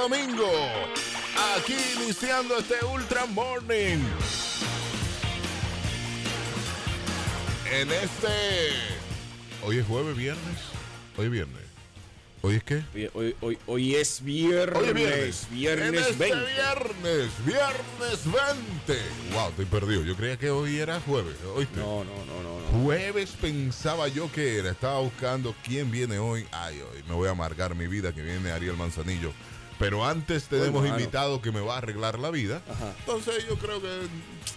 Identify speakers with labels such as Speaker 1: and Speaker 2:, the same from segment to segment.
Speaker 1: domingo. Aquí iniciando este Ultra Morning. En este. Hoy es jueves, viernes. Hoy es viernes. ¿Hoy es qué?
Speaker 2: Hoy, hoy, hoy, hoy es viernes.
Speaker 1: Hoy es viernes.
Speaker 2: Viernes
Speaker 1: en este
Speaker 2: 20.
Speaker 1: viernes, viernes 20. Wow, estoy perdido. Yo creía que hoy era jueves. ¿oíste?
Speaker 2: No, no, no, no. no.
Speaker 1: Jueves pensaba yo que era. Estaba buscando quién viene hoy. Ay, hoy me voy a amargar mi vida que viene Ariel Manzanillo. Pero antes tenemos
Speaker 2: mano.
Speaker 1: invitado que me va a arreglar la vida.
Speaker 2: Ajá.
Speaker 1: Entonces yo creo que.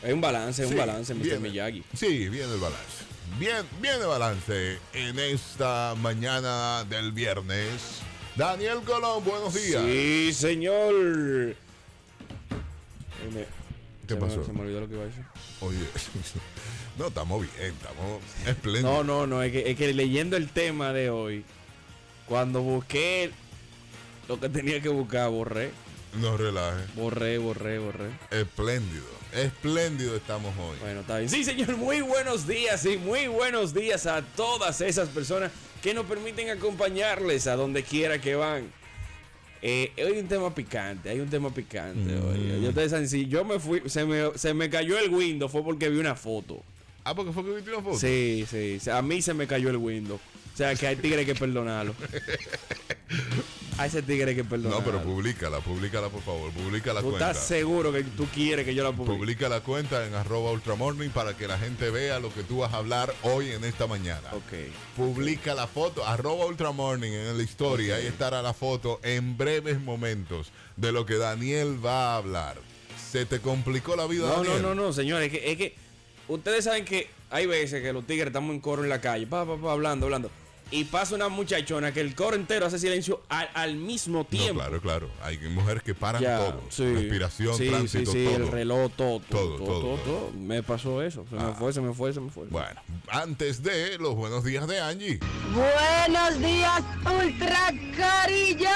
Speaker 2: Es un balance, es
Speaker 1: sí,
Speaker 2: un balance, Mr.
Speaker 1: viene.
Speaker 2: Miyagi.
Speaker 1: Sí, viene el balance. Bien, viene el balance en esta mañana del viernes. Daniel Colón, buenos días.
Speaker 2: Sí, señor. Ay, me-
Speaker 1: ¿Qué
Speaker 2: se me-
Speaker 1: pasó?
Speaker 2: se me olvidó lo que iba a decir.
Speaker 1: Oye, no, estamos bien, estamos espléndidos.
Speaker 2: No, no, no, es que, es que leyendo el tema de hoy, cuando busqué lo que tenía que buscar, borré,
Speaker 1: No relaje.
Speaker 2: borré, borré, borré.
Speaker 1: Espléndido. Espléndido estamos hoy.
Speaker 2: Bueno, está bien. Sí, señor, muy buenos días y muy buenos días a todas esas personas que nos permiten acompañarles a donde quiera que van. Eh, hoy hay un tema picante, hay un tema picante.
Speaker 1: Mm.
Speaker 2: hoy. Yo te si yo me fui, se me, se me cayó el window, fue porque vi una foto.
Speaker 1: Ah, porque fue que viste una foto.
Speaker 2: Sí, sí, sí, a mí se me cayó el window. O sea, que hay tigre que perdonarlo. A ese tigre que perdonarlo.
Speaker 1: No, pero públicala, públicala por favor, publica la
Speaker 2: ¿Tú
Speaker 1: cuenta.
Speaker 2: estás seguro que tú quieres que yo la publique?
Speaker 1: Publica la cuenta en arroba ultramorning para que la gente vea lo que tú vas a hablar hoy en esta mañana.
Speaker 2: Ok.
Speaker 1: Publica la foto, arroba ultramorning en la historia. Ahí estará la foto en breves momentos de lo que Daniel va a hablar. ¿Se te complicó la vida,
Speaker 2: No, no,
Speaker 1: Daniel?
Speaker 2: no, no, señores, es que, es que ustedes saben que hay veces que los tigres estamos en coro en la calle, pa, pa, pa, hablando, hablando. Y pasa una muchachona que el coro entero hace silencio al, al mismo tiempo.
Speaker 1: No, claro, claro. Hay mujeres que paran
Speaker 2: Ya,
Speaker 1: todo.
Speaker 2: sí.
Speaker 1: Respiración,
Speaker 2: sí,
Speaker 1: tránsito,
Speaker 2: sí, sí,
Speaker 1: todo.
Speaker 2: el reloj, todo,
Speaker 1: Todo,
Speaker 2: todo, todo,
Speaker 1: todo,
Speaker 2: todo,
Speaker 1: todo. Ah.
Speaker 2: todo. Me pasó eso, se me fue, se me fue, se me fue.
Speaker 1: Bueno, antes de los buenos días de Angie.
Speaker 3: Buenos días, Ultra Corillo.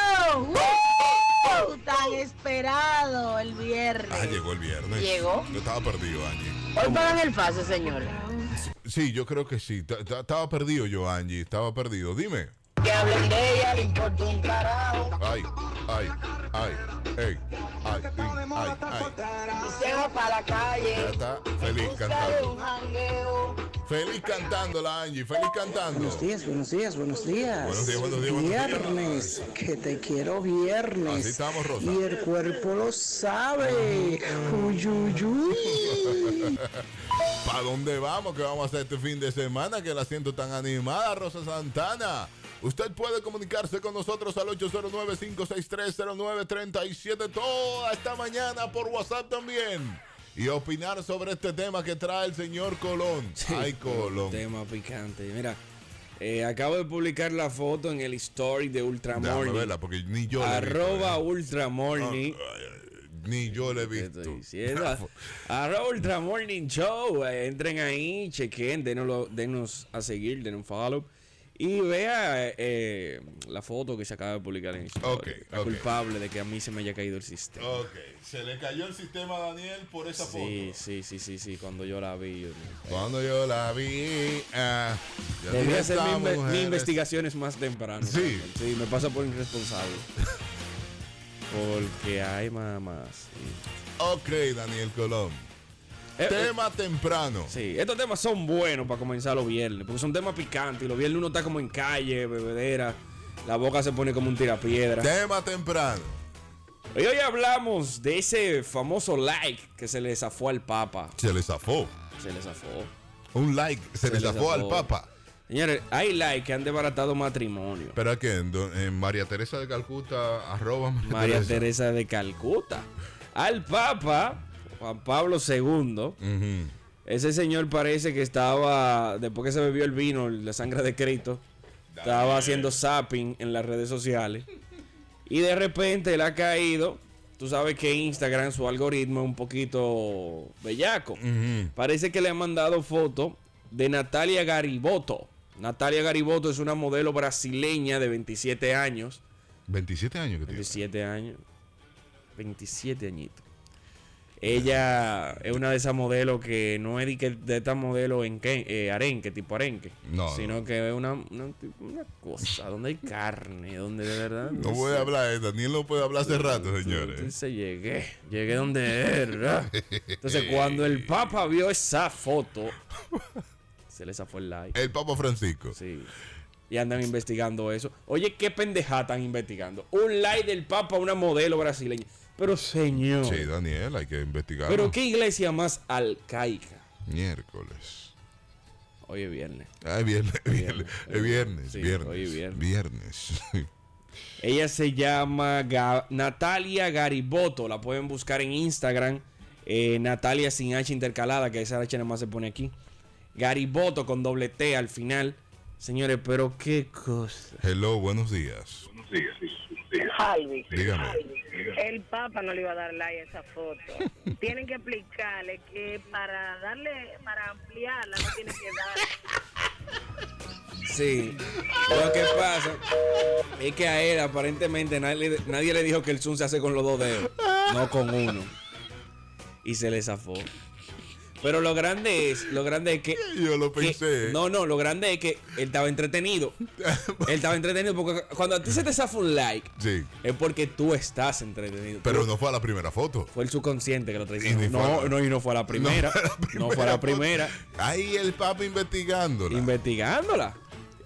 Speaker 3: ¡Woo! Tan esperado el
Speaker 1: Ah,
Speaker 3: viernes.
Speaker 1: llegó el viernes.
Speaker 3: Llegó.
Speaker 1: Yo estaba perdido, Angie.
Speaker 3: Hoy pagan el paso, señores.
Speaker 1: Sí, yo creo que sí. Ta- ta- Estaba perdido yo, Angie. Estaba perdido. Dime.
Speaker 3: Que hablen de ella, le importa un carajo.
Speaker 1: Ay, ay, ay, ey, ay, ay, ay, ay.
Speaker 3: Y se va para la
Speaker 1: Ya
Speaker 3: calle.
Speaker 1: está feliz
Speaker 3: Buscar
Speaker 1: cantando.
Speaker 3: un jangueo.
Speaker 1: Feliz cantándola, Angie. Feliz cantando.
Speaker 4: Buenos días, buenos días, buenos días.
Speaker 1: Buenos días, buenos días, buenos días.
Speaker 4: viernes, que te quiero viernes.
Speaker 1: Así estamos, Rosa.
Speaker 4: Y el cuerpo lo sabe. Uy, uy, uy.
Speaker 1: ¿Para dónde vamos? ¿Qué vamos a hacer este fin de semana? Que la siento tan animada, Rosa Santana. Usted puede comunicarse con nosotros al 809-56309-37 toda esta mañana por WhatsApp también. Y opinar sobre este tema que trae el señor Colón.
Speaker 2: Sí,
Speaker 1: Ay, Colón.
Speaker 2: Tema picante. Mira, eh, acabo de publicar la foto en el story de
Speaker 1: Déjame
Speaker 2: Ultramorning.
Speaker 1: verla, porque ni yo le he visto,
Speaker 2: Arroba
Speaker 1: ¿eh?
Speaker 2: Ultramorning.
Speaker 1: Ay, Ni yo le he
Speaker 2: Te
Speaker 1: visto.
Speaker 2: estoy diciendo. Arroba Ultra Morning Show. eh, Entren ahí, chequen, denoslo- denos a seguir, denos un follow. Y vea eh, eh, la foto que se acaba de publicar en Instagram.
Speaker 1: Ok,
Speaker 2: la
Speaker 1: ok.
Speaker 2: culpable de que a mí se me haya caído el sistema.
Speaker 1: Ok, se le cayó el sistema a Daniel por esa
Speaker 2: sí, sí, sí, sí, sí. Cuando yo la vi. yo-
Speaker 1: Cuando yo la vi, ah, yo
Speaker 2: Debía
Speaker 1: dije,
Speaker 2: hacer
Speaker 1: "Esta
Speaker 2: mi, inve- mi
Speaker 1: mujer es-
Speaker 2: investigación es más temprano.
Speaker 1: Sí.
Speaker 2: Sí, me pasa por irresponsable. Porque hay mamás. sí.
Speaker 1: Ok, Daniel Colón.
Speaker 2: Eh, eh,
Speaker 1: Tema temprano.
Speaker 2: Sí, estos temas son buenos para comenzar los viernes, porque son temas picantes. Y los viernes uno está como en calle, bebedera, la boca se pone como un tirapiedra.
Speaker 1: Tema temprano.
Speaker 2: Y hoy hablamos de ese famoso like que se le zafó al Papa.
Speaker 1: Se le zafó.
Speaker 2: Se le zafó.
Speaker 1: Un like. Se, le zafó, al Papa.
Speaker 2: Señores, hay likes que han desbaratado matrimonio.
Speaker 1: Pero que en, do- en María Teresa de Calcuta, arroba María,
Speaker 2: María Teresa de Calcuta. Al Papa, Juan Pablo II.
Speaker 1: Ujú.
Speaker 2: Ese señor parece que estaba, después que se bebió el vino, la sangre de Cristo, estaba haciendo zapping en las redes sociales. Y de repente él ha caído. Tú sabes que Instagram, su algoritmo es un poquito bellaco.
Speaker 1: Ujú.
Speaker 2: Parece que le han mandado foto de Natalia Gariboto. Natalia Gariboto es una modelo brasileña de 27 años.
Speaker 1: 27 años que tiene.
Speaker 2: 27 años. 27 añitos. Ella es una de esas modelos que no es de que- de estas modelos en que, eh, arenque, tipo arenque.
Speaker 1: No,
Speaker 2: Sino que es una, una, una cosa donde hay carne, donde de verdad.
Speaker 1: No voy a hablar, eh, Daniel no puede hablar hace rato, señores.
Speaker 2: Entonces llegué, llegué donde era. Entonces, cuando
Speaker 1: Eh.
Speaker 2: el Papa vio esa foto, se le zafó el like.
Speaker 1: El Papa Francisco.
Speaker 2: Sí. Y andan investigando eso. Oye, qué pendejada están investigando. Un like del Papa a una modelo brasileña. Pero, señor.
Speaker 1: Sí, Daniel, hay que investigar.
Speaker 2: Pero qué iglesia más alcaica.
Speaker 1: Miércoles.
Speaker 2: Hoy es viernes.
Speaker 1: Ah, es viernes, es viernes, es viernes,
Speaker 2: Sí,
Speaker 1: viernes,
Speaker 2: hoy es viernes.
Speaker 1: viernes.
Speaker 2: Ella se llama Ga- Natalia Gariboto. La pueden buscar en Instagram. Eh, Natalia sin H intercalada, que esa H nada más se pone aquí. Gariboto con doble T al final. Señores, pero qué cosa.
Speaker 1: Hello, buenos días.
Speaker 3: Albi.
Speaker 1: Dígame.
Speaker 3: El Papa no le iba a dar like a esa foto. Tienen que explicarle que para darle, para ampliarla, no tiene que dar.
Speaker 2: Sí. Lo que pasa es que a él aparentemente nadie, nadie le dijo que el zoom se hace con los dos dedos, no con uno. Y se le zafó. Pero lo grande es, lo grande es que
Speaker 1: Yo lo
Speaker 2: que-
Speaker 1: pensé.
Speaker 2: no, no, lo grande es que él estaba entretenido. él estaba entretenido porque cuando a ti se te zafa un like,
Speaker 1: Sí,
Speaker 2: es porque tú estás entretenido.
Speaker 1: pero no fue a la primera foto.
Speaker 2: fue el subconsciente que lo traicionó.
Speaker 1: Y ni fue a
Speaker 2: No,
Speaker 1: la-
Speaker 2: no, y no fue a la primera. No fue a la primera.
Speaker 1: Ahí el Papa investigándola.
Speaker 2: investigándola.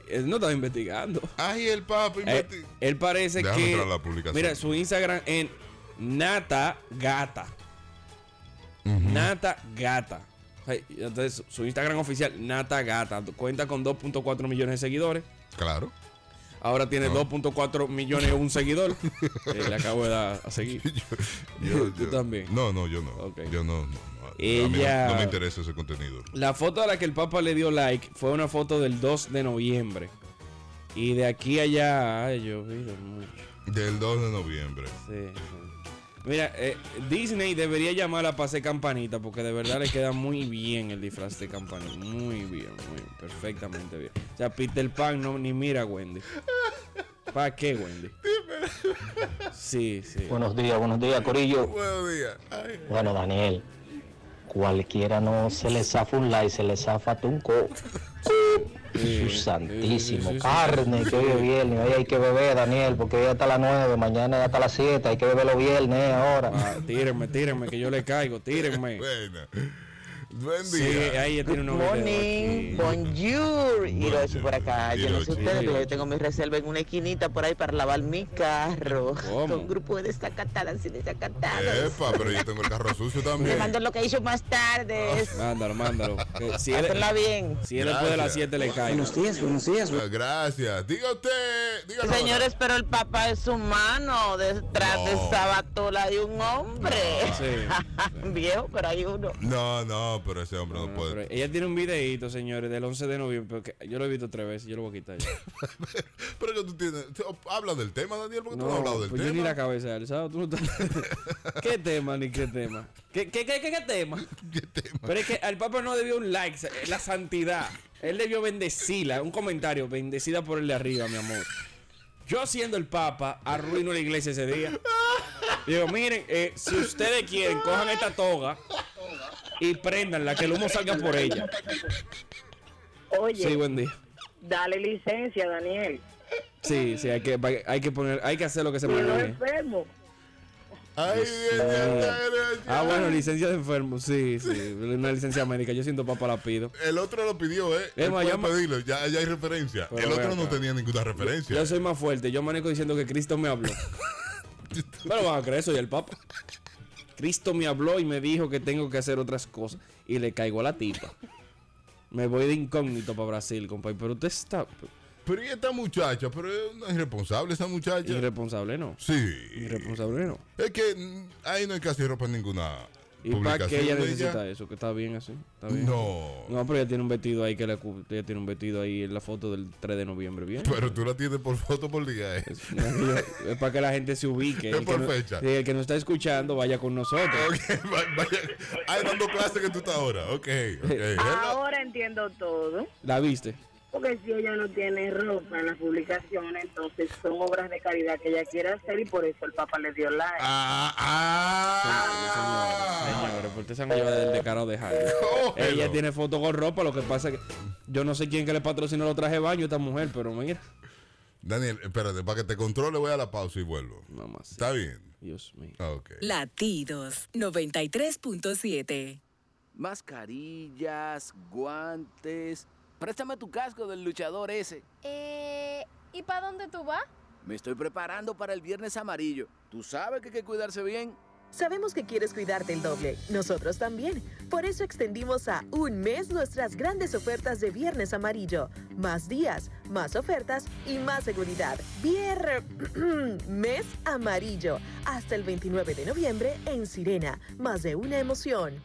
Speaker 2: Él no estaba investigando.
Speaker 1: Ahí el Papa
Speaker 2: Eh,
Speaker 1: investigando.
Speaker 2: él parece
Speaker 1: Déjame
Speaker 2: que.
Speaker 1: entrar a la publicación.
Speaker 2: Mira, su Instagram en Nata Gata. Nata Gata. O sea, Entonces, su Instagram oficial, Nata Gata, cuenta con 2.4 millones de seguidores.
Speaker 1: Claro.
Speaker 2: Ahora
Speaker 1: Ah.
Speaker 2: tiene 2.4 millones un seguidor. Eh, le acabo de dar a seguir.
Speaker 1: Yo, yo-
Speaker 2: Tú
Speaker 1: yo-
Speaker 2: también.
Speaker 1: No, no, yo no.
Speaker 2: Ok.
Speaker 1: Yo no. no, no. A mí no-
Speaker 2: Ella-
Speaker 1: no me interesa ese contenido.
Speaker 2: La foto a la que el Papa le dio like fue una foto del 2 de noviembre. Y de aquí a allá, ay, yo vi de mucho.
Speaker 1: Del 2 de noviembre.
Speaker 2: Sí. Mira, eh, Disney debería llamarla para hacer campanita porque de verdad le queda muy bien el disfraz de campanita. Muy bien, muy bien, perfectamente bien. O sea, Peter Pan no ni mira a Wendy. ¿Para qué, Wendy? Sí, sí.
Speaker 5: Buenos días, buenos días, Corillo.
Speaker 1: Buenos días. Ay.
Speaker 5: Bueno, Daniel, cualquiera no se le zafa un like, se le zafa tunco.
Speaker 2: Sí,
Speaker 5: Su
Speaker 2: sí,
Speaker 5: santísimo,
Speaker 2: sí, sí, sí.
Speaker 5: carne, que hoy es viernes, hoy hay que beber, Daniel, porque hoy hasta las 9, mañana hasta las 7, hay que beber los viernes ahora.
Speaker 2: Ah, tírenme, tírenme, que yo le caigo, tírenme.
Speaker 1: Bueno. Buen
Speaker 2: Sí, eh,
Speaker 1: día.
Speaker 2: ahí tiene unos
Speaker 6: Morning,
Speaker 2: videos aquí.
Speaker 6: bonjour, Hiroshi por acá. Yo no
Speaker 1: Hiroshi.
Speaker 6: sé ustedes, pero yo tengo mi reserva en una esquinita por ahí para lavar mi carro.
Speaker 2: ¿Cómo?
Speaker 6: Con un grupo de desacatadas y desacatados.
Speaker 1: Epa, pero yo tengo el carro sucio
Speaker 6: Le
Speaker 1: también.
Speaker 6: mando lo que hizo más tarde.
Speaker 2: Mándalo, mándalo. Que
Speaker 1: Ah.
Speaker 2: Si él,
Speaker 6: Pásenla bien.
Speaker 2: si él después de las 7 le caigo.
Speaker 4: Buenos días, buenos días.
Speaker 1: Ah, Gracias. Diga usted. Diga
Speaker 6: Señores, pero el papá es humano detrás de
Speaker 1: No.
Speaker 6: esa batola de un hombre.
Speaker 2: Sí.
Speaker 6: Viejo, pero hay uno.
Speaker 1: No, no, pero ese hombre no,
Speaker 2: No,
Speaker 1: puede.
Speaker 2: Ah, pero ella tiene un videito, señores, del 11 de noviembre. pero que yo lo he visto tres veces, yo lo voy a quitar. ya.
Speaker 1: Pero que tú tienes. Habla del tema, Daniel, porque tú no
Speaker 2: No,
Speaker 1: has hablado del
Speaker 2: pues yo ni
Speaker 1: tema.
Speaker 2: la cabeza he alzado. tú no estás- ¿Qué tema, ni qué tema? ¿Qué, qué, qué, qué, qué tema? Pero es que al Papa no debió un like, se- la santidad. Él debió bendecirla, un comentario, bendecida por el de arriba, mi amor. Yo siendo el Papa, arruino la iglesia ese día. Digo, miren, eh, si ustedes quieren, cojan esta toga y prendanla, que el humo salga por ella.
Speaker 3: Oye,
Speaker 2: Sí, buen día.
Speaker 3: dale licencia, Daniel.
Speaker 2: Sí, sí, hay que, hay que poner, hay que hacer lo que se
Speaker 3: Yo
Speaker 2: maneje.
Speaker 3: enfermo.
Speaker 1: Ay, Dios, Dios, Dios,
Speaker 2: Ah,
Speaker 1: Dios.
Speaker 2: bueno, licencia de enfermo, sí, sí, una licencia médica, yo siento papá la pido.
Speaker 1: El otro lo pidió, ¿eh?
Speaker 2: Es
Speaker 1: Él
Speaker 2: más,
Speaker 1: puede
Speaker 2: llama-
Speaker 1: pedirlo, ya, ya hay referencia.
Speaker 2: Pero
Speaker 1: el
Speaker 2: ven
Speaker 1: otro no
Speaker 2: acá.
Speaker 1: tenía ninguna referencia.
Speaker 2: Yo soy más fuerte, yo manejo diciendo que Cristo me habló. No lo van a creer, soy el papa. Cristo me habló y me dijo que tengo que hacer otras cosas y le caigo a la tipa. Me voy de incógnito para Brasil, compadre, pero usted está
Speaker 1: Pero y esta muchacha, pero es una irresponsable esa muchacha.
Speaker 2: irresponsable, ¿no?
Speaker 1: sí.
Speaker 2: Irresponsable, ¿no?
Speaker 1: Es que mm, ahí no hay casi ropa en ninguna.
Speaker 2: ¿Y para qué
Speaker 1: publicación
Speaker 2: ella
Speaker 1: de
Speaker 2: necesita eso? Que está bien así, está bien.
Speaker 1: No.
Speaker 2: No, pero ella tiene un vestido ahí que le cu- ella tiene un vestido ahí en la foto del 3 de noviembre, bien.
Speaker 1: Pero tú la tienes por foto por día, ¿eh?
Speaker 2: No, yo- es para que la gente se ubique.
Speaker 1: Es
Speaker 2: El que,
Speaker 1: por
Speaker 2: no,
Speaker 1: fecha.
Speaker 2: sí, el que nos está escuchando vaya con nosotros.
Speaker 1: Ok, va- vaya. Ay, dando clase que tú estás ahora. Ok, ok. Hello.
Speaker 3: Ahora entiendo todo.
Speaker 2: ¿La viste?
Speaker 3: Porque si ella no tiene ropa en la publicación, entonces son obras de caridad que ella quiere hacer y por eso el Papa le dio like.
Speaker 1: Ah, ah.
Speaker 2: Señores, señores, porque se han llevado del decano de Harry.
Speaker 1: Cógelo.
Speaker 2: Ella tiene fotos con ropa, lo que pasa que yo no sé quién que le patrocinó los trajes de baño a esta mujer, pero mira,
Speaker 1: Daniel, espérate, para que te controle voy a la pausa y vuelvo.
Speaker 2: nada más.
Speaker 1: ¿Está bien?
Speaker 2: Dios mío.
Speaker 1: Ok.
Speaker 7: Latidos 93.7.
Speaker 8: Mascarillas, guantes. Préstame tu casco del luchador ese.
Speaker 9: Eh, ¿Y para dónde tú vas?
Speaker 8: Me estoy preparando para el viernes amarillo. Tú sabes que hay que cuidarse bien.
Speaker 10: Sabemos que quieres cuidarte el doble, nosotros también. Por eso extendimos a un mes nuestras grandes ofertas de Viernes Amarillo. Más días, más ofertas y más seguridad. Vier... mes Amarillo. Hasta el 29 de noviembre en Sirena. Más de una emoción.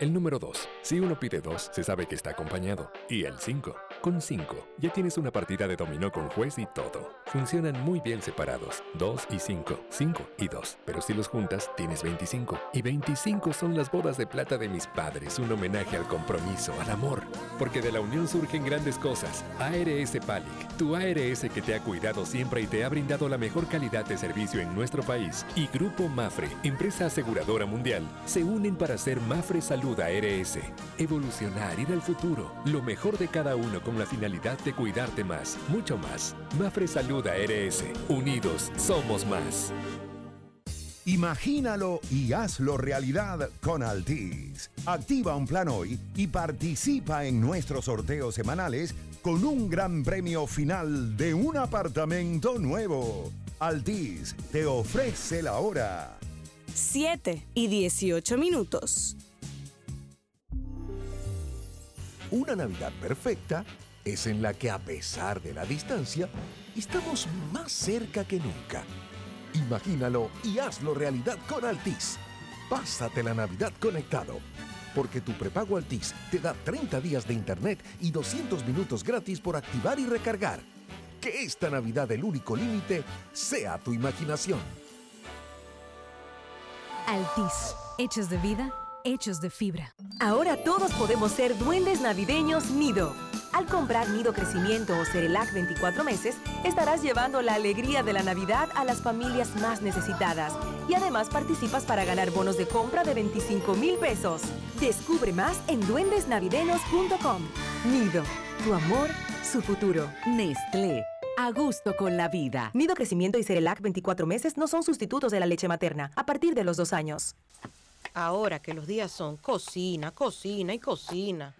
Speaker 11: El número 2. Si uno pide 2, se sabe que está acompañado. Y el 5. Con 5, ya tienes una partida de dominó con juez y todo. Funcionan muy bien separados. 2 y 5, 5 y 2. Pero si los juntas, tienes 25. Y 25 son las bodas de plata de mis padres, un homenaje al compromiso, al amor. Porque de la unión surgen grandes cosas. ARS Palic, tu ARS que te ha cuidado siempre y te ha brindado la mejor calidad de servicio en nuestro país. Y Grupo Mafre, empresa aseguradora mundial, se unen para hacer Mafre Salud ARS. Evolucionar, ir al futuro, lo mejor de cada uno con la finalidad de cuidarte más, mucho más. Mafre Salud ARS, unidos somos más.
Speaker 12: Imagínalo y hazlo realidad con Altis. Activa un plan hoy y participa en nuestros sorteos semanales con un gran premio final de un apartamento nuevo. Altis te ofrece la hora.
Speaker 7: 7 y 18 minutos.
Speaker 13: Una Navidad perfecta es en la que a pesar de la distancia, estamos más cerca que nunca. Imagínalo y hazlo realidad con Altis. Pásate la Navidad conectado. Porque tu prepago Altis te da 30 días de internet y 200 minutos gratis por activar y recargar. Que esta Navidad el único límite sea tu imaginación.
Speaker 14: Altis, hechos de vida, hechos de fibra.
Speaker 15: Ahora todos podemos ser duendes navideños Nido. Al comprar Nido Crecimiento o Cerelac 24 meses, estarás llevando la alegría de la Navidad a las familias más necesitadas y además participas para ganar bonos de compra de 25 mil pesos. Descubre más en duendesnavideños.com. Nido, tu amor, su futuro.
Speaker 16: Nestlé. A gusto con la vida.
Speaker 15: Nido Crecimiento y Cerelac 24 meses no son sustitutos de la leche materna a partir de los dos años.
Speaker 17: Ahora que los días son cocina, cocina y cocina.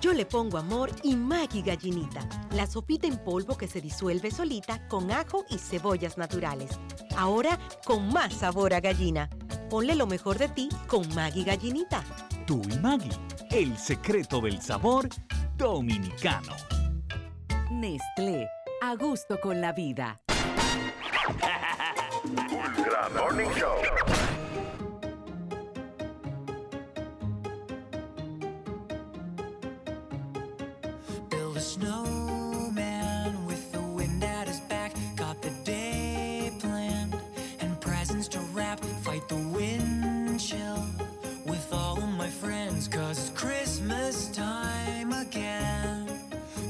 Speaker 18: Yo le pongo amor y Maggi Gallinita, la sopita en polvo que se disuelve solita con ajo y cebollas naturales. Ahora con más sabor a gallina. Ponle lo mejor de ti con Maggi Gallinita.
Speaker 19: Tú y Maggie, el secreto del sabor dominicano.
Speaker 16: Nestlé. A gusto con la vida.
Speaker 20: Ultra Morning Show.
Speaker 21: Build a snowman with the wind at his back. Got the day planned and presents to wrap. Fight the wind chill with all of my friends. Cause it's Christmas time again.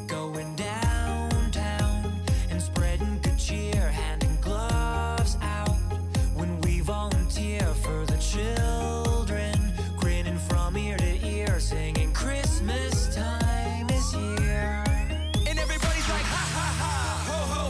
Speaker 21: Going downtown and spreading good cheer. Handing gloves out when we volunteer for the children. Grinning from ear to ear, singing Christmas time is here.
Speaker 22: And everybody's like, ha ha ha, ho ho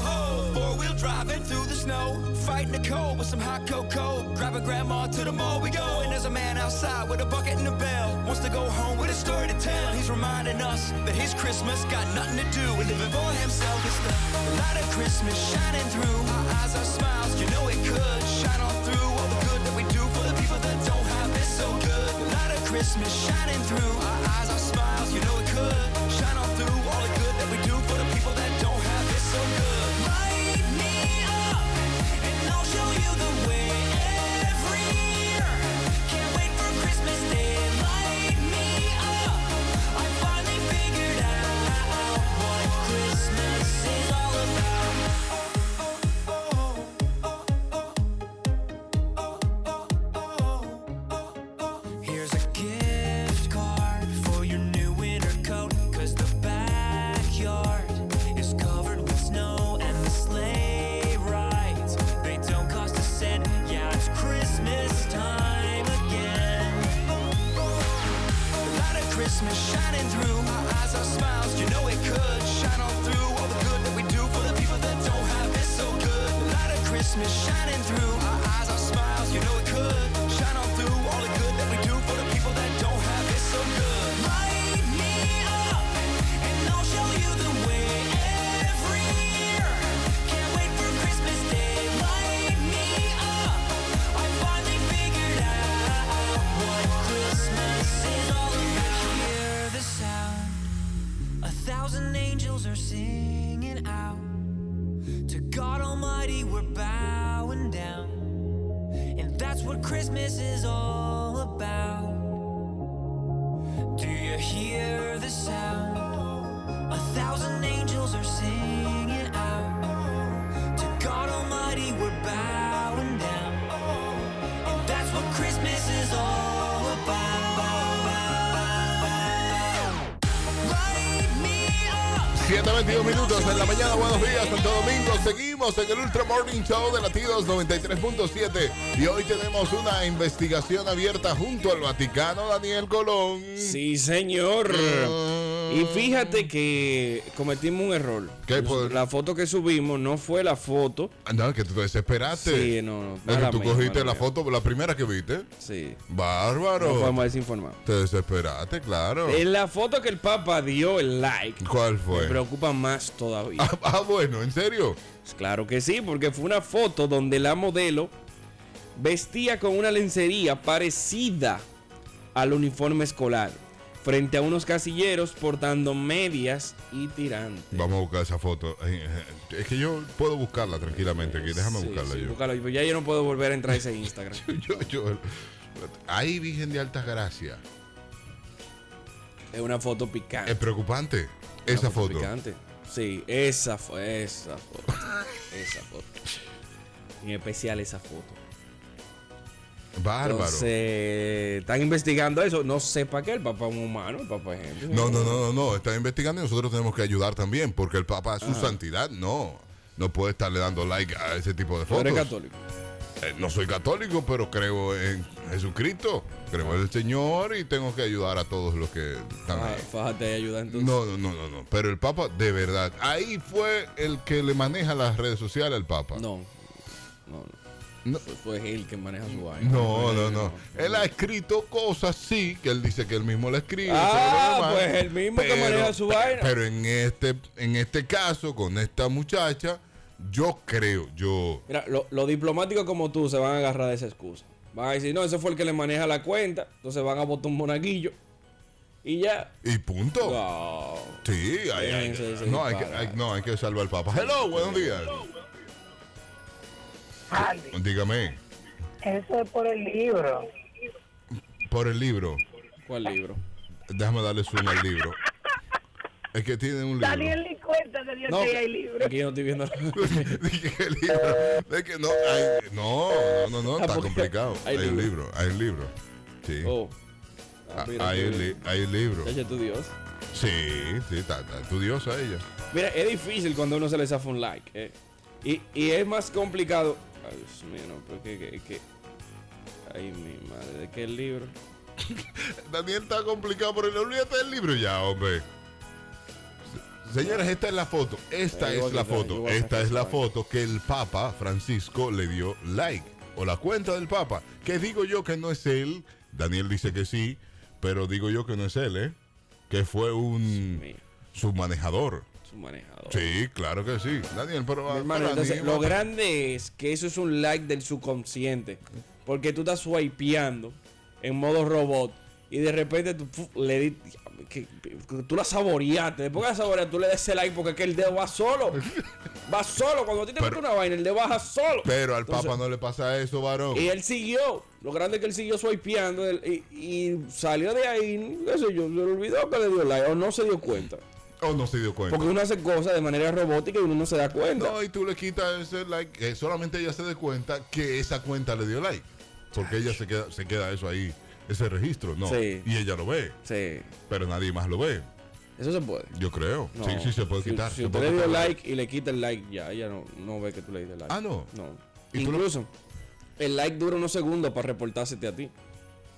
Speaker 22: ho. Four wheel driving through the snow, fighting the cold with some hot cocoa. Grabbing grandma to the mall we go. And there's a man outside with a bucket and a bell. Wants to go home with a story to tell. He's reminding us that his Christmas got nothing to do with living for himself. It's the light of Christmas shining through. Our eyes, our smiles, you know it could shine all through. All the good that we do for the people that don't have it so good. The light of Christmas shining through. Our eyes, our smiles, you know it could shine all through. All the good that we do for the people that don't have it so good. Light me up, and I'll show you the way. Every year, can't wait for Christmas Day. Light me up, I finally figured out what Christmas is all about. Here's a gift card Christmas shining through. Our eyes, our smiles, you know it could shine all through. All the good that we do for the people that don't have it so good. Light of Christmas shining through. Our eyes, our smiles, you know it could shine all through. All the good that we do for the people that don't have it so good. Light me up, and I'll show you the way every year. Can't wait for Christmas Day. Light me up. I finally figured out what Christmas is all about. Hear the sound. A thousand angels are singing out. To God Almighty, we're bowing down. And that's what Christmas is all about. Do you hear the sound? A thousand angels are singing out. To God Almighty, we're bowing down. And that's what Christmas is all about.
Speaker 1: 7.22 minutos en la mañana, buenos días Santo Domingo, seguimos en el Ultra Morning Show de Latidos 93.7 y hoy tenemos una investigación abierta junto al Vaticano, Daniel Colón.
Speaker 2: Sí, señor. Y fíjate que cometimos un error. La foto que subimos no fue la foto.
Speaker 1: No, que tú te desesperaste.
Speaker 2: Sí, no, no,
Speaker 1: Es que
Speaker 2: mala
Speaker 1: tú
Speaker 2: mía,
Speaker 1: cogiste
Speaker 2: mala
Speaker 1: la foto, la primera que viste.
Speaker 2: Sí.
Speaker 1: Bárbaro.
Speaker 2: Nos fuimos desinformados.
Speaker 1: Te desesperaste, claro.
Speaker 2: En la foto que el Papa dio el like.
Speaker 1: ¿Cuál fue?
Speaker 2: Me preocupa más todavía. Pues
Speaker 1: Ah, bueno, ¿en serio?
Speaker 2: Claro que sí, porque fue una foto donde la modelo vestía con una lencería parecida al uniforme escolar. Frente a unos casilleros portando medias y tirantes.
Speaker 1: Vamos a buscar esa foto. Eh, Es que yo puedo buscarla tranquilamente aquí, déjame
Speaker 2: Sí,
Speaker 1: buscarla
Speaker 2: sí,
Speaker 1: yo.
Speaker 2: búscalo, pero ya yo no puedo volver a entrar a ese Instagram.
Speaker 1: Yo, yo- ahí Virgen de Altas Gracias.
Speaker 2: Es una foto picante.
Speaker 1: Es preocupante
Speaker 2: Ah, pues,
Speaker 1: esa foto.
Speaker 2: Picante. Sí, esa fue esa foto. esa foto. En especial esa foto.
Speaker 1: Bárbaro.
Speaker 2: Entonces, están investigando eso. No sé para qué el papá es un humano, el papá es gente.
Speaker 1: No, no, no, no, no. Están investigando y nosotros tenemos que ayudar también, porque el Papa es su
Speaker 2: Ajá.
Speaker 1: santidad, no. No puede estarle dando like a ese tipo de
Speaker 2: Tú
Speaker 1: fotos.
Speaker 2: eres católico.
Speaker 1: Eh, no soy católico, pero creo en Jesucristo. Creo en el Señor y tengo que ayudar a todos los que están ahí.
Speaker 2: Ah, Fájate y ayuda entonces.
Speaker 1: No, no, no, no, no. Pero el Papa, de verdad. Ahí fue el que le maneja las redes sociales al Papa.
Speaker 2: No. No,
Speaker 1: no.
Speaker 2: Fue- Fue él que maneja su vaina.
Speaker 1: No, no, no. Él ha escrito cosas, sí, que él dice que él mismo la escribe.
Speaker 2: Ah,
Speaker 1: todo lo demás,
Speaker 2: pues el mismo que maneja su
Speaker 1: pe-
Speaker 2: vaina.
Speaker 1: Pero en este, en este caso, con esta muchacha, yo creo, yo.
Speaker 2: Mira, lo- los diplomáticos como tú se van a agarrar de esa excusa. Van a decir, no, ese fue el que le maneja la cuenta. Entonces van a botar un monaguillo. Y ya.
Speaker 1: Y punto. Sí, hay- hay-
Speaker 2: Déjense de ese
Speaker 1: no, hay que,
Speaker 2: disparate.
Speaker 1: hay- no, hay que salvar al Papa. Hello, buenos días.
Speaker 3: Alvin,
Speaker 1: Dígame,
Speaker 3: eso es por el libro.
Speaker 1: por el libro.
Speaker 2: ¿Cuál libro?
Speaker 1: Déjame darle zoom al libro. Es que tiene un libro.
Speaker 3: Daniel ni cuenta que Dios
Speaker 2: No,
Speaker 3: traía el libro.
Speaker 2: aquí yo no estoy viendo.
Speaker 1: Es que no, hay- no, no, no, no, está complicado. Hay un libro, hay un libro. Sí.
Speaker 2: Ah, Oh, mira,
Speaker 1: Hay
Speaker 2: qué
Speaker 1: un, li-
Speaker 2: bien.
Speaker 1: hay un libro.
Speaker 2: Chacha, tú Dios.
Speaker 1: Sí, sí, está, está estudiosa ella.
Speaker 2: Mira, es difícil cuando uno se le zafa un like. eh. Y, y es más complicado. Ay, Dios mío, no, pero que, que, que- Ay, mi madre, ¿de qué libro?
Speaker 1: Daniel está complicado, pero le olvídate del libro ya, hombre. Se- Señores, esta es la foto. Esta
Speaker 2: Eh, yo
Speaker 1: es
Speaker 2: voy a
Speaker 1: la
Speaker 2: sacar- yo
Speaker 1: foto.
Speaker 2: voy a
Speaker 1: Esta
Speaker 2: sacar
Speaker 1: es la
Speaker 2: esa
Speaker 1: foto que el Papa Francisco le dio like. O la cuenta del Papa. Que digo yo que no es él. Daniel dice que sí, pero digo yo que no es él, ¿eh? Que fue un submanejador.
Speaker 2: Submanejador.
Speaker 1: Sí, claro que sí. Daniel, pero...
Speaker 2: Mi hermano,
Speaker 1: pero
Speaker 2: entonces,
Speaker 1: anímate.
Speaker 2: lo grande es que eso es un like del subconsciente. Porque tú estás swipeando en modo robot. Y de repente tú fu, le di- que- que tú la saboreaste. Después que la saboreas, tú le das ese like porque es que el dedo va solo. Va solo. Cuando a ti te gusta una vaina, el dedo baja solo.
Speaker 1: Pero al
Speaker 2: Entonces,
Speaker 1: Papa no le pasa eso, varón.
Speaker 2: Y él siguió. Lo grande es que él siguió swipeando él- y, y salió de ahí. No sé yo, se le olvidó que le dio like o no se dio cuenta.
Speaker 1: O Oh, no se dio cuenta.
Speaker 2: Porque uno hace cosas de manera robótica y uno no se da cuenta.
Speaker 1: No, y tú le quitas ese like, que solamente ella se dé cuenta que esa cuenta le dio like. Porque ella se queda, se queda eso ahí, ese registro, ¿no?
Speaker 2: Sí.
Speaker 1: Y ella lo ve.
Speaker 2: Sí.
Speaker 1: Pero nadie más lo ve.
Speaker 2: Eso se puede.
Speaker 1: Yo creo. Sí, sí, se puede
Speaker 2: Si-
Speaker 1: quitar.
Speaker 2: Si,
Speaker 1: se
Speaker 2: usted
Speaker 1: puede
Speaker 2: le dio
Speaker 1: quitar.
Speaker 2: like y le quita el like, ya, ella no, no ve que tú le diste like.
Speaker 1: Ah, no.
Speaker 2: No.
Speaker 1: ¿Y tú lo-
Speaker 2: Incluso, el like dura unos segundos para reportársete a ti.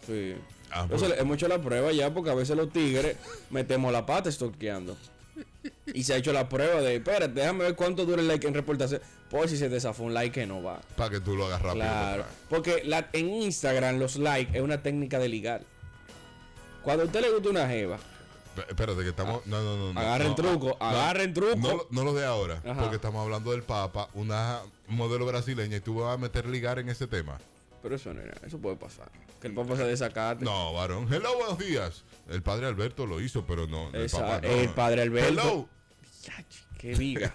Speaker 2: Sí.
Speaker 1: Ah,
Speaker 2: Entonces, hemos hecho la prueba ya porque a veces los tigres metemos la pata estorqueando. Y se ha hecho la prueba de, espérate, déjame ver cuánto dura el like en reportarse. Por si se desafó un like que no va.
Speaker 1: Para que tú lo hagas rápido.
Speaker 2: Claro. Porque la, en Instagram los likes es una técnica de ligar. Cuando a usted le gusta una jeva,
Speaker 1: P- Espérate, que estamos. No, no, no. no.
Speaker 2: Agarren
Speaker 1: No, ah,
Speaker 2: Ah. truco,
Speaker 1: no,
Speaker 2: agarren truco.
Speaker 1: No, lo- no lo de ahora,
Speaker 2: Ajá.
Speaker 1: porque estamos hablando del Papa, una modelo brasileña, y tú vas a meter ligar en ese tema.
Speaker 2: Pero eso no era, eso puede pasar. Que el Papa se desacate.
Speaker 1: No, varón. Hello, buenos días. El padre Alberto lo hizo, pero no. no el,
Speaker 2: Esa-
Speaker 1: Papa no.
Speaker 2: el padre Alberto.
Speaker 1: Hello.
Speaker 2: Que diga.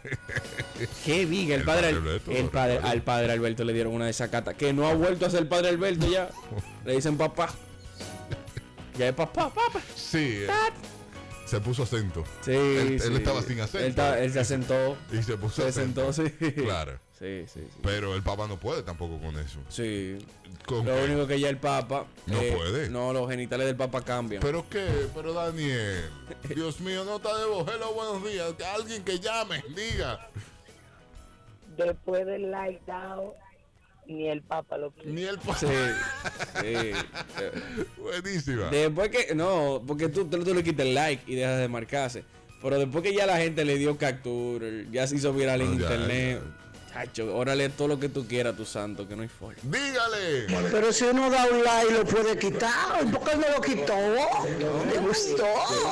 Speaker 2: que diga. El,
Speaker 1: El
Speaker 2: padre,
Speaker 1: padre
Speaker 2: Al-
Speaker 1: Alberto,
Speaker 2: el
Speaker 1: lo
Speaker 2: padre,
Speaker 1: recuerdo.
Speaker 2: al padre Alberto le dieron una desacata. Que no ha vuelto a ser padre Alberto ya. le dicen papá. Ya es papá, papá.
Speaker 1: Sí. eh, Se puso acento.
Speaker 2: Sí,
Speaker 1: Él, él
Speaker 2: sí.
Speaker 1: estaba sin acento.
Speaker 2: Él, ta- él se asentó.
Speaker 1: Y se puso
Speaker 2: Se
Speaker 1: acento.
Speaker 2: sentó, sí.
Speaker 1: Claro.
Speaker 2: Sí, sí, sí.
Speaker 1: Pero el Papa no puede tampoco con eso.
Speaker 2: Sí.
Speaker 1: Con
Speaker 2: Lo
Speaker 1: que-
Speaker 2: único que ya el Papa. eh,
Speaker 1: No puede.
Speaker 2: No, los genitales del Papa cambian.
Speaker 1: ¿Pero qué? Pero Daniel. Dios mío, nota de voz. Hello, buenos días. Alguien que llame, diga.
Speaker 3: Después del like down, ni el Papa lo quiere.
Speaker 1: Ni el Papa.
Speaker 2: Sí. sí.
Speaker 1: Buenísima.
Speaker 2: Después que. No, porque tú, tú, tú le quitas el like y dejas de marcarse. Pero después que ya la gente le dio captura, ya se hizo viral en
Speaker 1: No, ya,
Speaker 2: internet. Chacho, órale todo lo que tú quieras, tu santo, que no hay forma.
Speaker 1: Dígale.
Speaker 4: Pero si uno da un like lo puede quitar, ¿por qué no lo quitó? ¿Le gustó?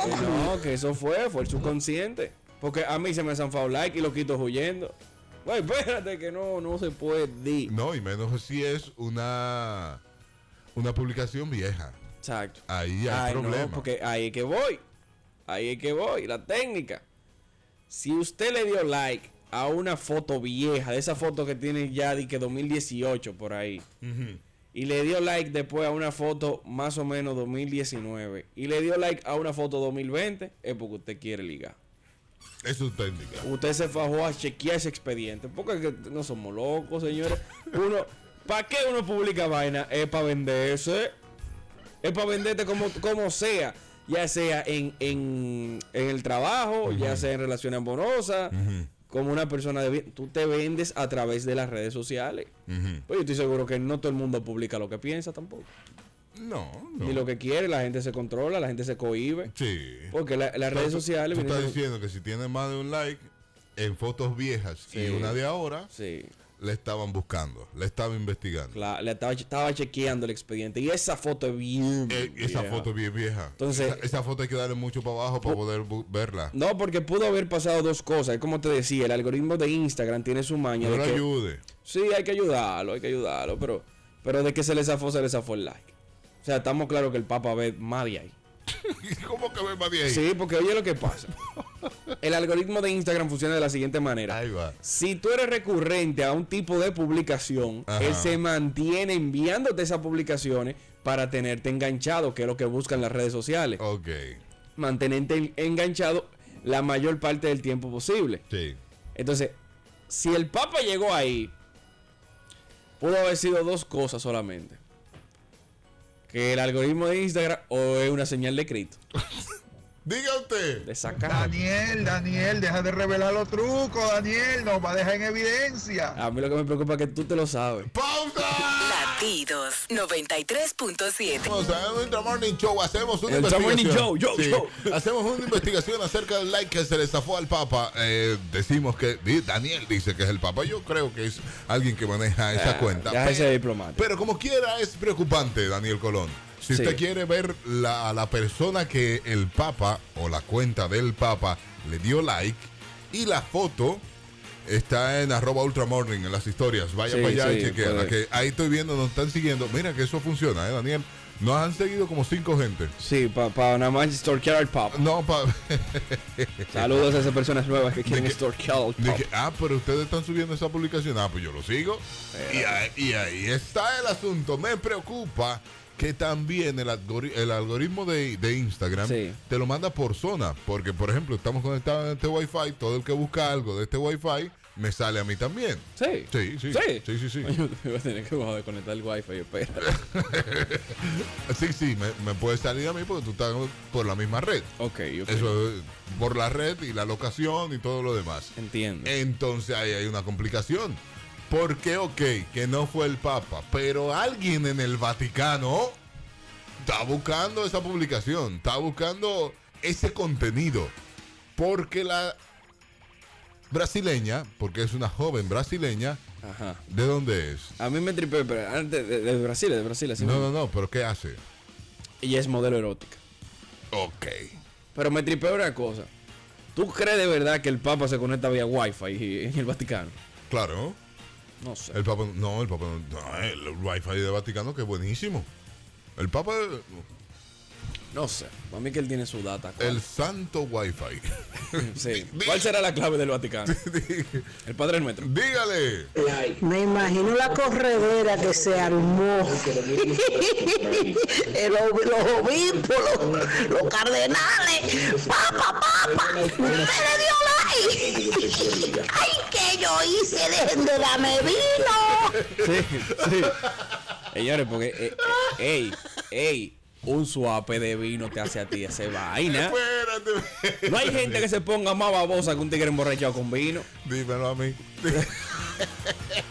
Speaker 2: Que- que No, que eso fue, fue el subconsciente. Porque a mí se me ha zanfado like y lo quito huyendo. Güey, espérate que no, no se puede.
Speaker 1: No, y menos si es una una publicación vieja.
Speaker 2: Exacto.
Speaker 1: Ahí hay
Speaker 2: Ay, no,
Speaker 1: problema.
Speaker 2: porque ahí es que voy. Ahí es que voy. La técnica. Si usted le dio like a una foto vieja, de esa foto que tiene ya de que 2018 por ahí, y le dio like después a una foto más o menos 2019, y le dio like a una foto 2020, es porque usted quiere ligar.
Speaker 1: Eso es técnica.
Speaker 2: Usted se fajó a chequear ese expediente. Porque es que no somos locos, señores. Uno, ¿para qué uno publica vaina? Es para venderse. Es para venderte como, como sea. Ya sea en, en, en el trabajo, ya sea en relaciones amorosas, como una persona de bien. Tú te vendes a través de las redes sociales. Pues yo estoy seguro que no todo el mundo publica lo que piensa tampoco.
Speaker 1: No, no.
Speaker 2: Ni lo que quiere, la gente se controla, la gente se cohíbe.
Speaker 1: Sí.
Speaker 2: Porque la- las
Speaker 1: O sea,
Speaker 2: redes
Speaker 1: tú-
Speaker 2: sociales.
Speaker 1: Tú
Speaker 2: vienen
Speaker 1: estás
Speaker 2: con-
Speaker 1: diciendo que si tiene más de un like en fotos viejas y una de ahora, le estaban buscando, le estaban investigando.
Speaker 2: La, la estaba, estaba chequeando el expediente. Y esa foto es bien.
Speaker 1: Eh, Esa
Speaker 2: vieja.
Speaker 1: foto es bien vieja.
Speaker 2: Entonces-
Speaker 1: esa, esa foto hay que darle mucho para abajo para poder bu- verla.
Speaker 2: No, porque pudo haber pasado dos cosas. Es como te decía, el algoritmo de Instagram tiene su maña.
Speaker 1: No
Speaker 2: de
Speaker 1: la
Speaker 2: que-
Speaker 1: ayude.
Speaker 2: Sí, hay que ayudarlo, hay que ayudarlo. Pero, pero de que se le zafó, se le zafó el like. O sea, estamos claros que el Papa ve más de ahí.
Speaker 1: ¿Cómo que ve más de ahí?
Speaker 2: Sí, porque oye lo que pasa. El algoritmo de Instagram funciona de la siguiente manera. Si tú eres recurrente a un tipo de publicación,
Speaker 1: Ajá.
Speaker 2: él se mantiene enviándote esas publicaciones para tenerte enganchado, que es lo que buscan las redes sociales.
Speaker 1: Ok.
Speaker 2: Mantenerte en- enganchado la mayor parte del tiempo posible.
Speaker 1: Sí.
Speaker 2: Entonces, si el Papa llegó ahí, pudo haber sido dos cosas solamente. Que el algoritmo de Instagram o es una señal de Cristo.
Speaker 1: Diga usted.
Speaker 2: De sacar.
Speaker 5: Daniel, Daniel, deja de revelar los trucos, Daniel, nos va a dejar en evidencia.
Speaker 2: A mí lo que me preocupa es que tú te lo sabes.
Speaker 7: Latidos 93.7.
Speaker 1: Vamos a ver nuestro morning show. Hacemos una
Speaker 2: El
Speaker 1: investigación.
Speaker 2: morning show, yo, yo.
Speaker 1: Hacemos una investigación acerca del like que se le zafó al Papa. Eh, decimos que di- Daniel dice que es el Papa. Yo creo que es alguien que maneja esa
Speaker 2: Ah,
Speaker 1: cuenta.
Speaker 2: ya ese
Speaker 1: Pero-
Speaker 2: diplomático.
Speaker 1: Pero como quiera, es preocupante, Daniel Colón. Si
Speaker 2: Sí.
Speaker 1: usted quiere ver la, la persona que el Papa o la cuenta del Papa le dio like y la foto está en arroba ultramorning en las historias. Vaya
Speaker 2: Sí,
Speaker 1: para allá y
Speaker 2: sí,
Speaker 1: chequea.
Speaker 2: puede.
Speaker 1: que ahí estoy viendo, nos están siguiendo. Mira que eso funciona, ¿eh, Daniel? Nos han seguido como cinco gente.
Speaker 2: Sí, para nada más stalkear al Papa.
Speaker 1: No, para.
Speaker 2: Saludos a esas personas nuevas que quieren stalkear al Papa.
Speaker 1: ah, pero ustedes están subiendo esa publicación. Ah, pues yo lo sigo. Y ahí, y ahí está el asunto. Me preocupa que también el, algori- el algoritmo de, de Instagram te lo manda por zona. Porque, por ejemplo, estamos conectados en este Wi-Fi. Todo el que busca algo de este Wi-Fi me sale a mí también.
Speaker 2: Sí.
Speaker 1: Sí, sí.
Speaker 2: Sí.
Speaker 1: Sí, sí, sí.
Speaker 2: Yo voy a tener que bajar de conectar el wifi, espera.
Speaker 1: Sí, sí, me, me puede salir a mí porque tú estás por la misma red.
Speaker 2: Ok,
Speaker 1: Eso es por la red y la locación y todo lo demás.
Speaker 2: Entiendo.
Speaker 1: Eh, Entonces ahí hay una complicación. Porque, ok, que no fue el Papa, pero alguien en el Vaticano está buscando esa publicación, está buscando ese contenido. Porque la brasileña, porque es una joven brasileña,
Speaker 2: Ajá.
Speaker 1: ¿de dónde es?
Speaker 2: A mí me tripé, pero antes de, de Brasil, de Brasil. Así
Speaker 1: No, no, no, pero ¿qué hace?
Speaker 2: Ella es modelo erótica.
Speaker 1: Ok.
Speaker 2: Pero me tripé una cosa. ¿Tú crees de verdad que el Papa se conecta vía Wi-Fi y- en el Vaticano?
Speaker 1: Claro.
Speaker 2: No sé.
Speaker 1: El Papa, no, el Papa, no, el Wi-Fi de Vaticano que es buenísimo. El Papa,
Speaker 2: No sé. Para mí que él tiene su data.
Speaker 1: el santo Wi-Fi.
Speaker 2: Sí. ¿Cuál será la clave del Vaticano? El Padre Nuestro.
Speaker 1: Dígale.
Speaker 4: Me imagino la corredera que se armó. El ob- los obispos, los, los cardenales. Papa, papa, usted le dio like. Ay, que yo hice, dejen de darme vino.
Speaker 2: Sí, sí. Señores, porque, eh, eh, ey, ey, un suape de vino te hace a ti esa vaina.
Speaker 1: Espérate.
Speaker 2: No hay gente que se ponga más babosa que un tigre emborrachado con vino.
Speaker 1: Dímelo a mí.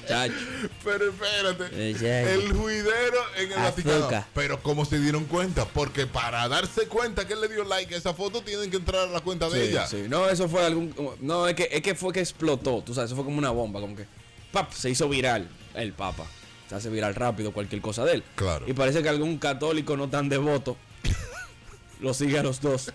Speaker 2: Chacho.
Speaker 1: Pero espérate.
Speaker 2: Eh, ya.
Speaker 1: El juidero en el
Speaker 2: Azúcar.
Speaker 1: Vaticano. Pero ¿cómo se dieron cuenta? Porque para darse cuenta que él le dio like a esa foto, tienen que entrar a la cuenta de
Speaker 2: Sí,
Speaker 1: ella.
Speaker 2: sí. No, eso fue algún. como- No, es que, es que fue que explotó. Tú sabes, eso fue como una bomba. Como que. ¡Pap! Se hizo viral el Papa. Se hace viral rápido cualquier cosa de él.
Speaker 1: Claro.
Speaker 2: Y parece que algún católico no tan devoto lo sigue a los dos.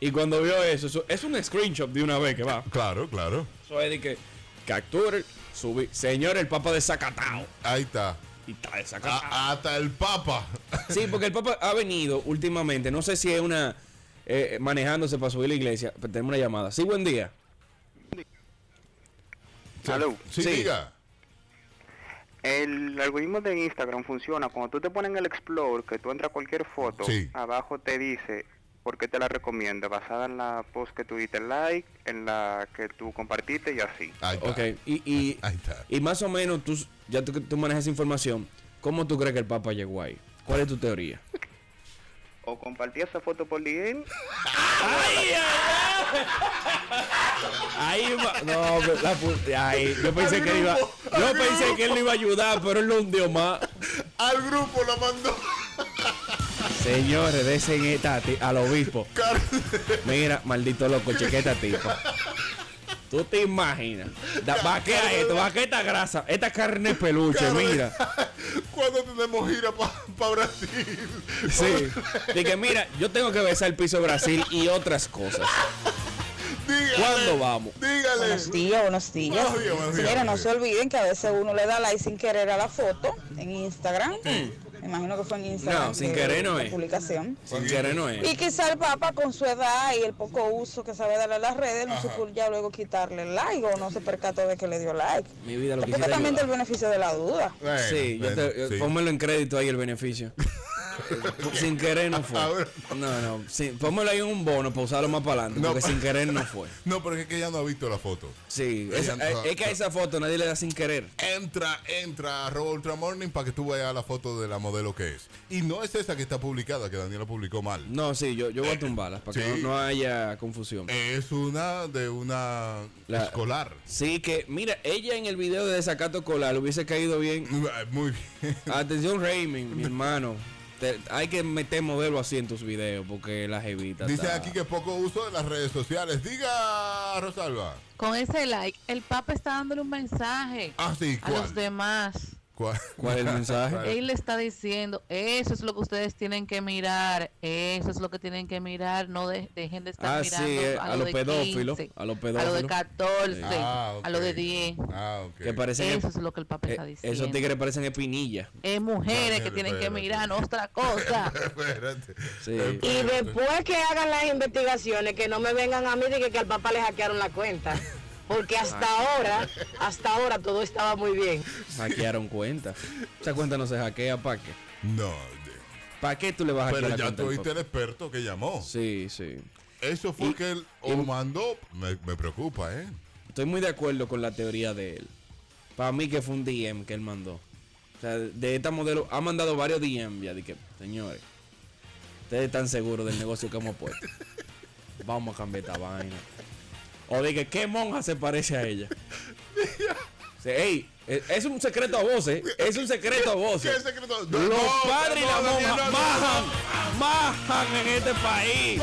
Speaker 2: Y cuando vio eso, eso- es un screenshot de una vez que va.
Speaker 1: Claro, claro.
Speaker 2: Eso es de que capture, subí. Señor, el Papa desacatado.
Speaker 1: Ahí está.
Speaker 2: Y está desacatado.
Speaker 1: hasta el Papa.
Speaker 2: Sí, porque el Papa ha venido últimamente. No sé si es una. eh, manejándose para subir la iglesia. Pero tenemos una llamada. Sí, buen día.
Speaker 6: Aló.
Speaker 1: Sí, diga.
Speaker 6: El algoritmo de Instagram funciona cuando tú te pones en el Explore, que tú entras a cualquier foto,
Speaker 1: Sí.
Speaker 6: abajo te dice por qué te la recomienda, basada en la post que tú diste like, en la que tú compartiste y así.
Speaker 2: Ok, y, y, y más o menos tú, ya tú, tú manejas esa información, ¿cómo tú crees que el Papa llegó ahí? ¿Cuál es tu teoría?
Speaker 6: O compartí esa foto por DM.
Speaker 2: Ahí va, no, pero la pu- ay, yo pensé que él iba, yo pensé que él le iba a ayudar, pero él lo hundió más.
Speaker 1: Al grupo la mandó.
Speaker 2: Señores, desen esta ti- al obispo. Mira, maldito loco, cheque esta tipa. Tú te imaginas. Da, vaquea esto, vaquea esta grasa, esta carne peluche, mira.
Speaker 1: ¿Cuándo tenemos gira para Brasil?
Speaker 2: Sí. De que mira, yo tengo que besar el piso de Brasil y otras cosas. ¿Cuándo vamos?
Speaker 9: Buenos días, buenos días.
Speaker 2: Buenos días, buenos días,
Speaker 9: Señora, no
Speaker 2: buenos
Speaker 9: se olviden que a veces uno le da like sin querer a la foto en Instagram. Me imagino que fue en Instagram.
Speaker 2: No, sin
Speaker 9: que-
Speaker 2: querer no
Speaker 9: la
Speaker 2: es.
Speaker 9: Publicación.
Speaker 2: Sin querer no es.
Speaker 9: Y quizá el Papa con su edad y el poco uso que sabe darle a las redes, no
Speaker 2: Ajá.
Speaker 9: supo ya luego quitarle el like o no se percató de que le dio like.
Speaker 2: Mi vida lo
Speaker 9: Porque
Speaker 2: quisiera
Speaker 9: también
Speaker 2: ayudar.
Speaker 9: el beneficio de la duda.
Speaker 2: sí, yo
Speaker 1: bueno,
Speaker 2: te- eh, yo-
Speaker 1: sí.
Speaker 2: pónmelo en crédito ahí el beneficio. sin querer no fue. No, no, sí, pónmelo ahí en un bono para usarlo más para adelante, porque sin querer no fue.
Speaker 1: No, pero es que ella no ha visto la foto.
Speaker 2: Sí, esa- eh, es que a esa foto nadie le da sin querer.
Speaker 1: Entra, entra, arroba Ultramorning para que tú veas la foto de la modelo que es. Y no es esa que está publicada, que Daniela publicó mal.
Speaker 2: No, sí, yo, yo voy a tumbarlas para que
Speaker 1: Sí.
Speaker 2: no, no haya confusión.
Speaker 1: Es una de una escolar.
Speaker 2: Sí, que mira, ella en el video de Desacato Colar hubiese caído bien.
Speaker 1: Muy bien.
Speaker 2: Atención, Raymond, mi hermano. Te- hay que meter modelo así en tus videos porque la jevita.
Speaker 1: Dice
Speaker 2: está-
Speaker 1: aquí que poco uso de las redes sociales. Diga, Rosalba.
Speaker 23: Con ese like, el Papa está dándole un mensaje
Speaker 1: Ah, sí,
Speaker 23: a
Speaker 1: ¿cuál?
Speaker 23: los demás.
Speaker 1: ¿Cuál,
Speaker 2: ¿Cuál es el mensaje?
Speaker 23: Él le está diciendo, eso es lo que ustedes tienen que mirar, eso es lo que tienen que mirar, no de- dejen de estar
Speaker 2: Ah, sí,
Speaker 23: mirando
Speaker 2: eh, a los
Speaker 23: de
Speaker 2: pedófilos,
Speaker 23: 15, a
Speaker 2: a los
Speaker 23: lo de
Speaker 2: pedófilos.
Speaker 23: 14,
Speaker 2: Sí. Ah,
Speaker 23: a lo de
Speaker 2: ok.
Speaker 23: 10.
Speaker 1: Ah, ok.
Speaker 2: Que parecen
Speaker 23: Eso es lo que el Papa está
Speaker 2: eh,
Speaker 23: diciendo.
Speaker 2: Esos tigres parecen espinilla.
Speaker 23: Es mujeres que tienen que mirar, no otra cosa.
Speaker 1: Espérate.
Speaker 2: Sí.
Speaker 9: Y después que hagan las investigaciones, que no me vengan a mí de que, que al papá le hackearon la cuenta. Porque hasta
Speaker 1: Ah.
Speaker 9: ahora, hasta ahora todo estaba muy bien.
Speaker 2: Hackearon cuenta. Esa cuenta no se hackea, ¿para qué?
Speaker 1: No.
Speaker 2: ¿Para qué tú le vas a hackear
Speaker 1: Pero
Speaker 2: la
Speaker 1: ya
Speaker 2: cuenta al
Speaker 1: tuviste el
Speaker 2: papá?
Speaker 1: experto que llamó.
Speaker 2: Sí, sí.
Speaker 1: Eso fue que él o mandó. Me, me preocupa, ¿eh?
Speaker 2: Estoy muy de acuerdo con la teoría de él. Para mí que fue un DM que él mandó. O sea, de esta modelo ha mandado varios DM ya. De que, señores, ustedes están seguros del negocio que hemos puesto. Vamos a cambiar esta vaina. O de que, ¿qué monja se parece a ella? O sea, Ey, Eh, Es un secreto a voces. Es un secreto a voces.
Speaker 1: ¿Qué secreto? No,
Speaker 2: Los
Speaker 1: no,
Speaker 2: padres
Speaker 1: no,
Speaker 2: y la
Speaker 1: Daniel,
Speaker 2: monja
Speaker 1: no, no,
Speaker 2: bajan, bajan en este país.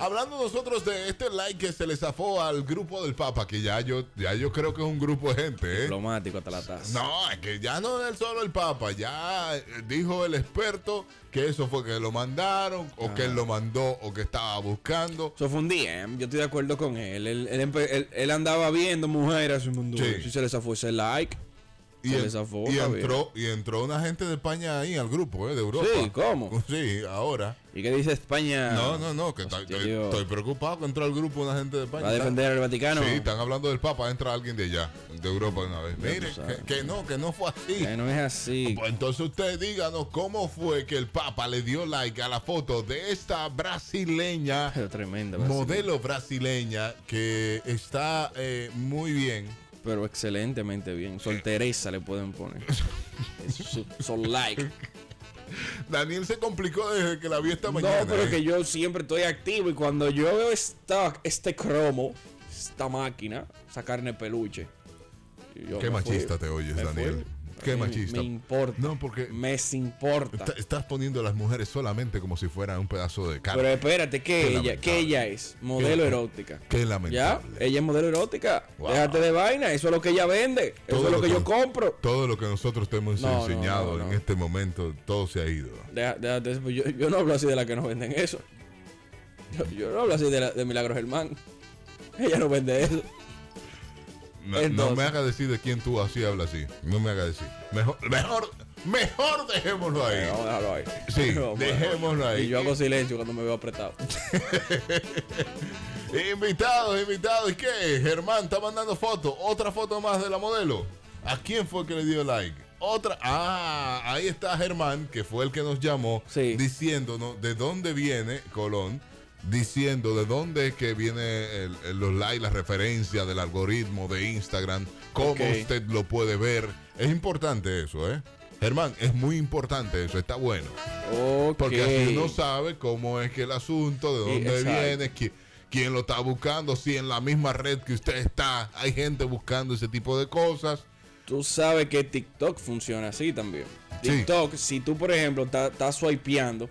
Speaker 1: Hablando nosotros de este like que se le zafó al grupo del Papa, que ya yo, ya yo creo que es un grupo de gente. ¿eh?
Speaker 2: Diplomático hasta la taza.
Speaker 1: No, es que ya no es solo el Papa, ya eh, dijo el experto que eso fue que lo mandaron, o que él lo mandó, o que estaba buscando.
Speaker 2: Eso fue un DM, yo estoy de acuerdo con él. Él, él empe- él- él andaba viendo mujeres en su mundo.
Speaker 1: Sí.
Speaker 2: Si se le zafó ese like.
Speaker 1: Y,
Speaker 2: se
Speaker 1: en-
Speaker 2: le zafó.
Speaker 1: y
Speaker 2: Javier.
Speaker 1: entró, y entró una gente de España ahí al grupo, ¿eh? de Europa.
Speaker 2: Sí, ¿cómo? Ah.
Speaker 1: Sí, ahora.
Speaker 2: ¿Y qué dice España?
Speaker 1: No, no, no, que está- estoy, estoy preocupado que entró al grupo una gente de España.
Speaker 2: ¿Va a defender al Vaticano?
Speaker 1: Sí, están hablando del Papa, entra alguien de allá, de Europa una vez.
Speaker 2: Ya tú
Speaker 1: Mire,
Speaker 2: sabes.
Speaker 1: que, que no, que no fue así.
Speaker 2: Que no es así.
Speaker 1: Pues entonces usted díganos cómo fue que el Papa le dio like a la foto de esta brasileña,
Speaker 2: Pero tremenda.
Speaker 1: modelo brasileña, que está eh, muy bien.
Speaker 2: Pero excelentemente bien. Soltereza le pueden poner. Es su- Son like.
Speaker 1: Daniel se complicó desde que la vi esta mañana.
Speaker 2: No, pero
Speaker 1: ¿eh?
Speaker 2: que yo siempre estoy activo y cuando yo veo esta, este cromo, esta máquina, esa carne peluche. yo
Speaker 1: Qué
Speaker 2: me fui.
Speaker 1: machista te oyes,
Speaker 2: Me
Speaker 1: Daniel.
Speaker 2: fui.
Speaker 1: Qué
Speaker 2: Me-
Speaker 1: machista.
Speaker 2: Me importa.
Speaker 1: No, porque
Speaker 2: me importa.
Speaker 1: Está- estás poniendo a las mujeres solamente como si fueran un pedazo de carne.
Speaker 2: Pero espérate,
Speaker 1: Qué
Speaker 2: ¿qué ella,
Speaker 1: lamentable.
Speaker 2: ¿qué ella es? Modelo
Speaker 1: Qué-
Speaker 2: erótica.
Speaker 1: Qué lamentable.
Speaker 2: ¿Ya? Ella es modelo erótica. Déjate de vaina. Eso es lo que ella vende. Eso
Speaker 1: Todo
Speaker 2: es lo que,
Speaker 1: lo
Speaker 2: yo compro.
Speaker 1: Todo lo que nosotros te hemos
Speaker 2: No, no,
Speaker 1: enseñado
Speaker 2: no, no.
Speaker 1: en este momento, todo se ha ido.
Speaker 2: Deja- déjate eso, pues yo, yo no hablo así de la que no venden eso. Yo, yo no hablo así de, la- de Milagros Germán. Ella no vende eso.
Speaker 1: No, no
Speaker 2: Entonces.
Speaker 1: me hagas decir de quién tú así hablas así. No me hagas decir. Mejor, mejor, mejor dejémoslo ahí.
Speaker 2: Vamos a dejarlo ahí.
Speaker 1: Sí,
Speaker 2: Vamos a dejarlo.
Speaker 1: dejémoslo ahí.
Speaker 2: Y yo hago silencio cuando me veo apretado.
Speaker 1: Invitados, invitados. ¿Y qué? Germán está mandando foto. Otra foto más de la modelo. ¿A quién fue que le dio like? Otra. Ah, ahí está Germán, que fue el que nos llamó diciéndonos de dónde viene Colón. Diciendo de dónde es que viene el- el- los likes, la referencia del algoritmo de Instagram, cómo
Speaker 2: Ok.
Speaker 1: usted lo puede ver. Es importante eso, ¿eh? Germán, es muy importante eso, está bueno. Porque así uno sabe cómo es que el asunto, de
Speaker 2: Y-
Speaker 1: dónde
Speaker 2: exacto.
Speaker 1: viene, qui- quién lo está buscando, si en la misma red que usted está hay gente buscando ese tipo de cosas.
Speaker 2: Tú sabes que TikTok funciona así también. TikTok, si tú, por ejemplo, ta- estás swipeando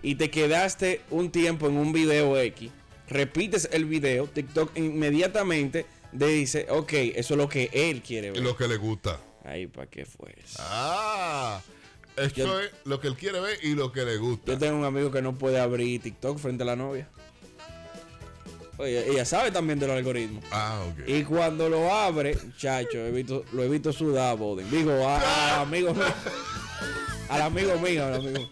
Speaker 2: y te quedaste un tiempo en un video X, repites el video, TikTok inmediatamente te dice, ok, eso es lo que él quiere ver.
Speaker 1: Lo que le gusta.
Speaker 2: Ahí, ¿para qué fue eso?
Speaker 1: Ah, esto
Speaker 2: Yo-
Speaker 1: es lo que él quiere ver y lo que le gusta.
Speaker 2: Yo tengo un amigo que no puede abrir TikTok frente a la novia. Oye, ella sabe también del algoritmo.
Speaker 1: Ah, ok.
Speaker 2: Y cuando lo abre, chacho, he visto- lo he visto sudar a Boden. Digo, a- al amigo mío. Al amigo mío, al amigo.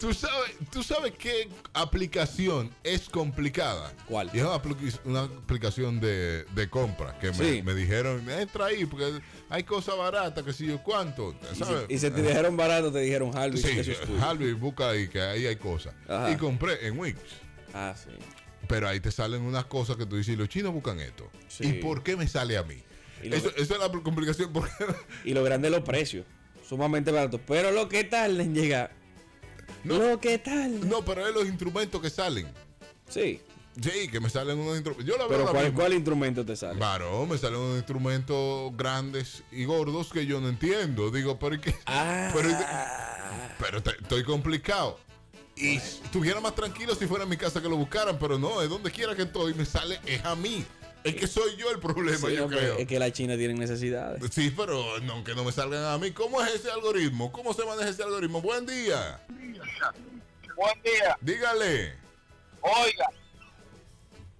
Speaker 1: ¿Tú sabes, ¿Tú sabes qué aplicación es complicada? ¿Cuál? es una, apli- una aplicación de, de compra que me,
Speaker 2: Sí.
Speaker 1: me dijeron, entra ahí, porque hay cosas baratas, que si yo cuánto.
Speaker 2: Y
Speaker 1: ¿sabes?
Speaker 2: se, y se te dijeron barato, te dijeron Harvey.
Speaker 1: Sí, Ah.
Speaker 2: eso es tuyo.
Speaker 1: Harvey, busca ahí, que ahí hay cosas.
Speaker 2: Ajá.
Speaker 1: Y compré en Wix.
Speaker 2: Ah, sí.
Speaker 1: Pero ahí te salen unas cosas que tú dices, los chinos buscan esto.
Speaker 2: Sí.
Speaker 1: ¿Y por qué me sale a mí?
Speaker 2: Y lo-
Speaker 1: Eso, esa es la complicación. Porque
Speaker 2: Y lo grande es los precios. Sumamente baratos. Pero lo que tarda en llegar. Lo que tal.
Speaker 1: No, pero es los instrumentos que salen.
Speaker 2: Sí.
Speaker 1: Sí, que me salen unos instrumentos. Yo la veo
Speaker 2: Pero
Speaker 1: ahora
Speaker 2: ¿cuál,
Speaker 1: mismo.
Speaker 2: cuál instrumento te sale?
Speaker 1: Claro, me salen unos instrumentos grandes y gordos que yo no entiendo. Digo, pero ¿y qué?
Speaker 2: Ah.
Speaker 1: Pero, pero te- estoy complicado. Y estuviera más tranquilo si fuera en mi casa que lo buscaran, pero no, es donde quiera que estoy, me sale, es a mí. Es que soy yo el problema,
Speaker 2: Sí,
Speaker 1: yo
Speaker 2: no, pero
Speaker 1: creo.
Speaker 2: Es que la China tiene necesidades.
Speaker 1: Sí, pero no, que no me salgan a mí. ¿Cómo es ese algoritmo? ¿Cómo se maneja ese algoritmo? Buen día.
Speaker 8: Buen día.
Speaker 1: Dígale.
Speaker 8: Oiga,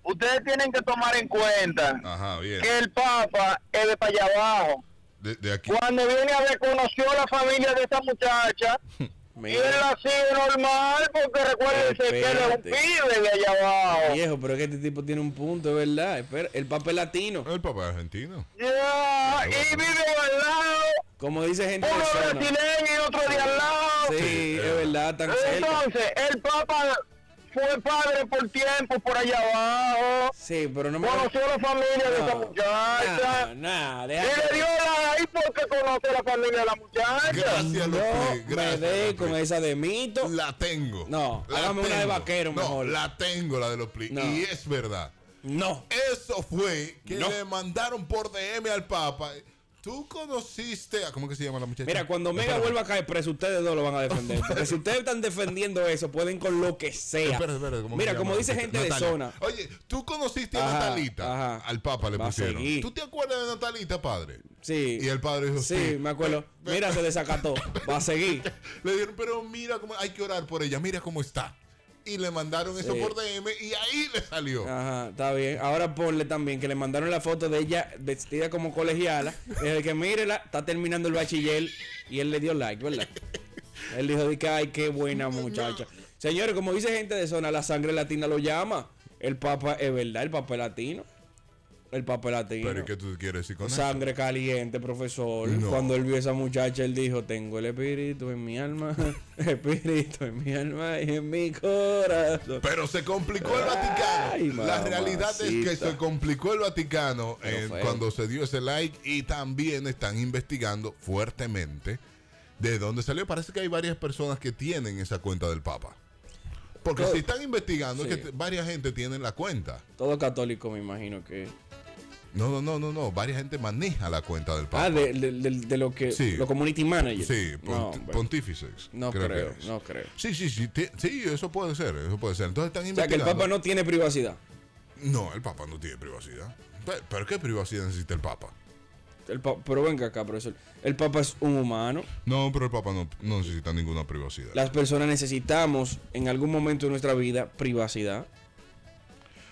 Speaker 8: ustedes tienen que tomar en cuenta
Speaker 1: Ajá, bien.
Speaker 8: que el Papa es de para allá abajo.
Speaker 1: De, de aquí.
Speaker 8: Cuando viene a ver, conoció la familia de esa muchacha. y él así normal, porque recuérdense que él es un
Speaker 2: Espérate.
Speaker 8: pibe de allá abajo.
Speaker 2: Viejo, pero es que este tipo tiene un punto, es verdad. Espera, el papel latino.
Speaker 1: El papel argentino.
Speaker 8: Ya, Ah, Y vive al lado,
Speaker 2: Como dice gente
Speaker 8: uno
Speaker 2: de zona.
Speaker 8: brasileño y otro de al lado.
Speaker 2: Sí, es verdad, tan cerca.
Speaker 8: Entonces, el Papa fue padre por tiempo por allá abajo.
Speaker 2: Sí, Ah, pero no me-
Speaker 8: Conoció la familia de esa muchacha.
Speaker 2: No, no,
Speaker 8: y
Speaker 2: deja que-
Speaker 8: le dio la ahí porque conoce la familia de la muchacha.
Speaker 1: Gracias, Lupri,
Speaker 2: No me
Speaker 1: gracias,
Speaker 2: dé
Speaker 1: Lupri.
Speaker 2: con esa de mito.
Speaker 1: La tengo.
Speaker 2: No,
Speaker 1: La
Speaker 2: hágame una de
Speaker 1: tengo.
Speaker 2: vaquero
Speaker 1: No,
Speaker 2: mejor.
Speaker 1: la tengo, la de los plis.
Speaker 2: No.
Speaker 1: Y es verdad.
Speaker 2: No.
Speaker 1: Eso fue que le mandaron por DM al Papa. Tú conociste a. ¿Cómo que se llama la muchacha?
Speaker 2: Mira, cuando Mega
Speaker 1: Espérame.
Speaker 2: vuelva a caer preso, ustedes dos lo van a defender. Porque si ustedes están defendiendo eso, pueden con lo que sea.
Speaker 1: Espera, espera, ¿cómo
Speaker 2: Mira,
Speaker 1: que se
Speaker 2: como
Speaker 1: llama?
Speaker 2: dice gente
Speaker 1: Natalia.
Speaker 2: de zona.
Speaker 1: Oye, tú conociste a
Speaker 2: Ajá,
Speaker 1: Natalita. Al Papa le
Speaker 2: Va a
Speaker 1: pusieron.
Speaker 2: seguir.
Speaker 1: ¿Tú te acuerdas de Natalita, padre?
Speaker 2: Sí.
Speaker 1: Y el padre dijo:
Speaker 2: Sí, me acuerdo. Mira, se desacató. Va a seguir.
Speaker 1: Le dijeron, pero mira cómo hay que orar por ella, mira cómo está. Y le mandaron eso
Speaker 2: Sí. Ah,
Speaker 1: por DM y ahí le salió.
Speaker 2: Ajá, está bien. Ahora ponle también que le mandaron la foto de ella vestida como colegiala. Desde que mírela, está terminando el bachiller y él le dio like, ¿verdad? Él dijo, de que, ay, qué buena muchacha. Señores, como dice gente de zona, la sangre latina lo llama. El papa es verdad, el papa es latino. El papa es latino.
Speaker 1: Pero ¿y qué tú quieres decir con eso?
Speaker 2: Sangre caliente, profesor. Cuando él vio a esa muchacha, él dijo, tengo el espíritu en mi alma, espíritu en mi alma y en mi corazón.
Speaker 1: Pero se complicó el Vaticano. La realidad es que se complicó el Vaticano
Speaker 2: Pero
Speaker 1: eh,
Speaker 2: feo.
Speaker 1: cuando se dio ese like y también están investigando fuertemente de dónde salió. Parece que hay varias personas que tienen esa cuenta del Papa. Porque
Speaker 2: Todo-
Speaker 1: si están investigando, es
Speaker 2: Sí.
Speaker 1: que t- varias gente tienen la cuenta.
Speaker 2: Todo católico, me imagino que...
Speaker 1: No, no, no, no, no. Varias gente maneja la cuenta del Papa.
Speaker 2: Ah, de, de- de- de lo que...
Speaker 1: Sí.
Speaker 2: Lo community manager.
Speaker 1: Sí,
Speaker 2: No,
Speaker 1: pont-
Speaker 2: hombre.
Speaker 1: pontífices.
Speaker 2: No
Speaker 1: creo que
Speaker 2: creo,
Speaker 1: es.
Speaker 2: no creo.
Speaker 1: Sí, sí, sí, ti- sí, eso puede ser, eso puede ser. Entonces están
Speaker 2: O sea, que el
Speaker 1: investigando.
Speaker 2: Papa no tiene privacidad.
Speaker 1: No, el Papa no tiene privacidad. Pe- ¿Pero qué privacidad necesita el Papa?
Speaker 2: El pa- pero venga acá, profesor. El Papa es un humano.
Speaker 1: No, pero el Papa no, no necesita ninguna privacidad.
Speaker 2: Las personas necesitamos en algún momento de nuestra vida privacidad.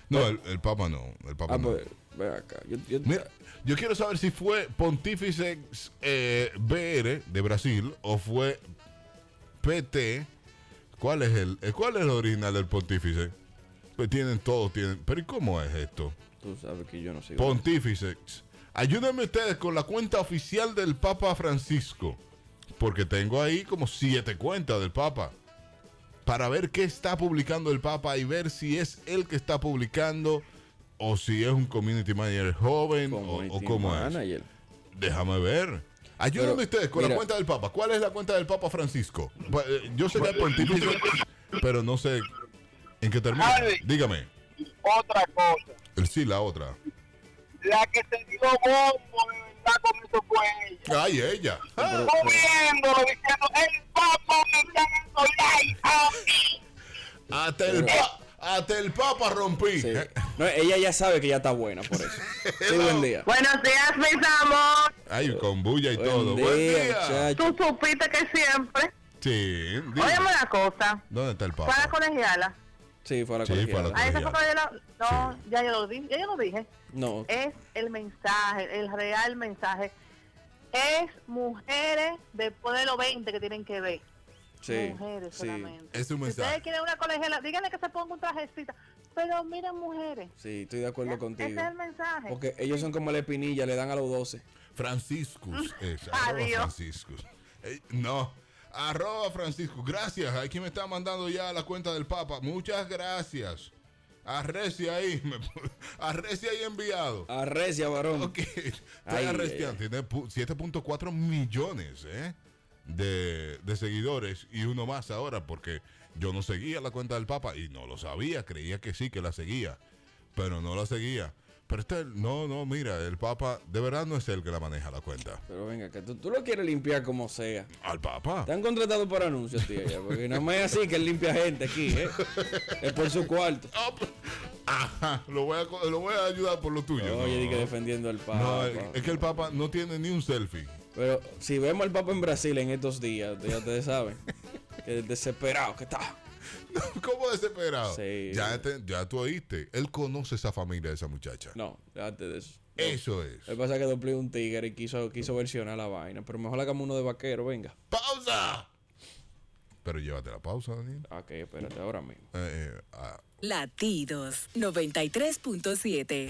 Speaker 1: No, el, el Papa no. El Papa
Speaker 2: Ah,
Speaker 1: no.
Speaker 2: pues, ven acá. Yo, yo-
Speaker 1: Mira, yo quiero saber si fue Pontífice eh, BR de Brasil o fue PT. ¿Cuál es el, eh, cuál es el original del Pontífice? Pues tienen todos, tienen. Pero ¿y cómo es esto?
Speaker 2: Tú sabes que yo no sigo.
Speaker 1: Pontífice. Ayúdenme ustedes con la cuenta oficial del Papa Francisco. Porque tengo ahí como siete cuentas del Papa. Para ver qué está publicando el Papa y ver si es él que está publicando o si es un community manager joven o- o,
Speaker 2: Community
Speaker 1: cómo
Speaker 2: manager.
Speaker 1: es. Déjame ver. Ayúdenme
Speaker 2: Pero,
Speaker 1: ustedes con
Speaker 2: mira.
Speaker 1: la cuenta del Papa. ¿Cuál es la cuenta del Papa Francisco? Pa- eh, Yo sé que es pontífice, pero no sé en qué termina.
Speaker 8: Alvin.
Speaker 1: Dígame.
Speaker 8: Otra cosa.
Speaker 1: El sí, la otra.
Speaker 8: La que se dio bombo de verdad con eso fue ella.
Speaker 1: Ay, ella. Ah.
Speaker 8: Moviéndolo, diciendo, el papa me está dando like a mí.
Speaker 1: Hasta el, pa- hasta el Papa rompí.
Speaker 2: Sí. No, ella ya sabe que ya está buena por eso. Sí, buen día.
Speaker 3: Buenos días, mis amores.
Speaker 1: Ay, con bulla y todo.
Speaker 2: día,
Speaker 1: Buen día.
Speaker 2: chacho.
Speaker 3: Tú supiste que siempre.
Speaker 1: Sí, dime.
Speaker 3: Óyeme una cosa.
Speaker 1: ¿Dónde está el Papa?
Speaker 3: Para colegiala.
Speaker 2: Sí, fue a la
Speaker 1: Sí,
Speaker 2: colegiala.
Speaker 1: fue a la
Speaker 3: Ahí se fue
Speaker 1: colegiala.
Speaker 3: colegiala. No, ya yo lo dije. Ya yo lo dije.
Speaker 2: No.
Speaker 3: Es el mensaje, el real mensaje. Es mujeres después de los 20 que tienen que ver.
Speaker 1: Sí,
Speaker 3: Mujeres
Speaker 1: sí.
Speaker 3: solamente.
Speaker 1: Es un
Speaker 3: Si ustedes
Speaker 1: mensaje.
Speaker 3: quieren una colegiala, díganle que se ponga un trajecito. Pero miren, mujeres.
Speaker 2: Sí, estoy de acuerdo
Speaker 3: Ese
Speaker 2: contigo.
Speaker 3: es el mensaje.
Speaker 2: Porque ellos son como la espinilla, le dan a los 12.
Speaker 1: Franciscus es.
Speaker 3: Adiós.
Speaker 1: arroba Franciscus. Eh, no. Arroba Franciscus. Gracias. Hay quien me está mandando ya la cuenta del Papa. Muchas gracias. Arrecia ahí. me pu- Arrecia ahí enviado.
Speaker 2: Arrecia, varón.
Speaker 1: Ok. Estoy
Speaker 2: Ay,
Speaker 1: arreciando. Tiene pu- 7.4 millones eh, de, de seguidores y uno más ahora porque yo no seguía la cuenta del Papa y no lo sabía. Creía que sí, que la seguía, pero no la seguía. Pero este, no, no, mira, el Papa de verdad no es el que la maneja la cuenta.
Speaker 2: Pero venga, que tú, tú lo quieres limpiar como sea.
Speaker 1: Al Papa.
Speaker 2: Te han contratado para anuncios, tía. ya, Porque no es así que él limpia gente aquí, ¿eh? Es por su cuarto.
Speaker 1: Ajá, lo voy a, co- lo voy a ayudar por lo tuyo.
Speaker 2: Oye,
Speaker 1: no.
Speaker 2: di que defendiendo al Papa.
Speaker 1: No, eh, es- es que el Papa no tiene ni un selfie.
Speaker 2: Pero si vemos al Papa en Brasil en estos días, ya ustedes saben. Que el desesperado que está.
Speaker 1: ¿Cómo desesperado?
Speaker 2: Sí.
Speaker 1: Ya, te- ya tú oíste. Él conoce esa familia de esa muchacha.
Speaker 2: No, Eh. déjate de eso.
Speaker 1: Eso es.
Speaker 2: Lo que pasa es que doble un tigre y quiso, quiso versionar la vaina. Pero mejor hagamos uno de vaquero, venga.
Speaker 1: ¡Pausa! Pero llévate la pausa, Daniel.
Speaker 2: Ah, Ok, espérate, ahora mismo.
Speaker 1: Eh, eh, ah.
Speaker 7: Latidos 93.7.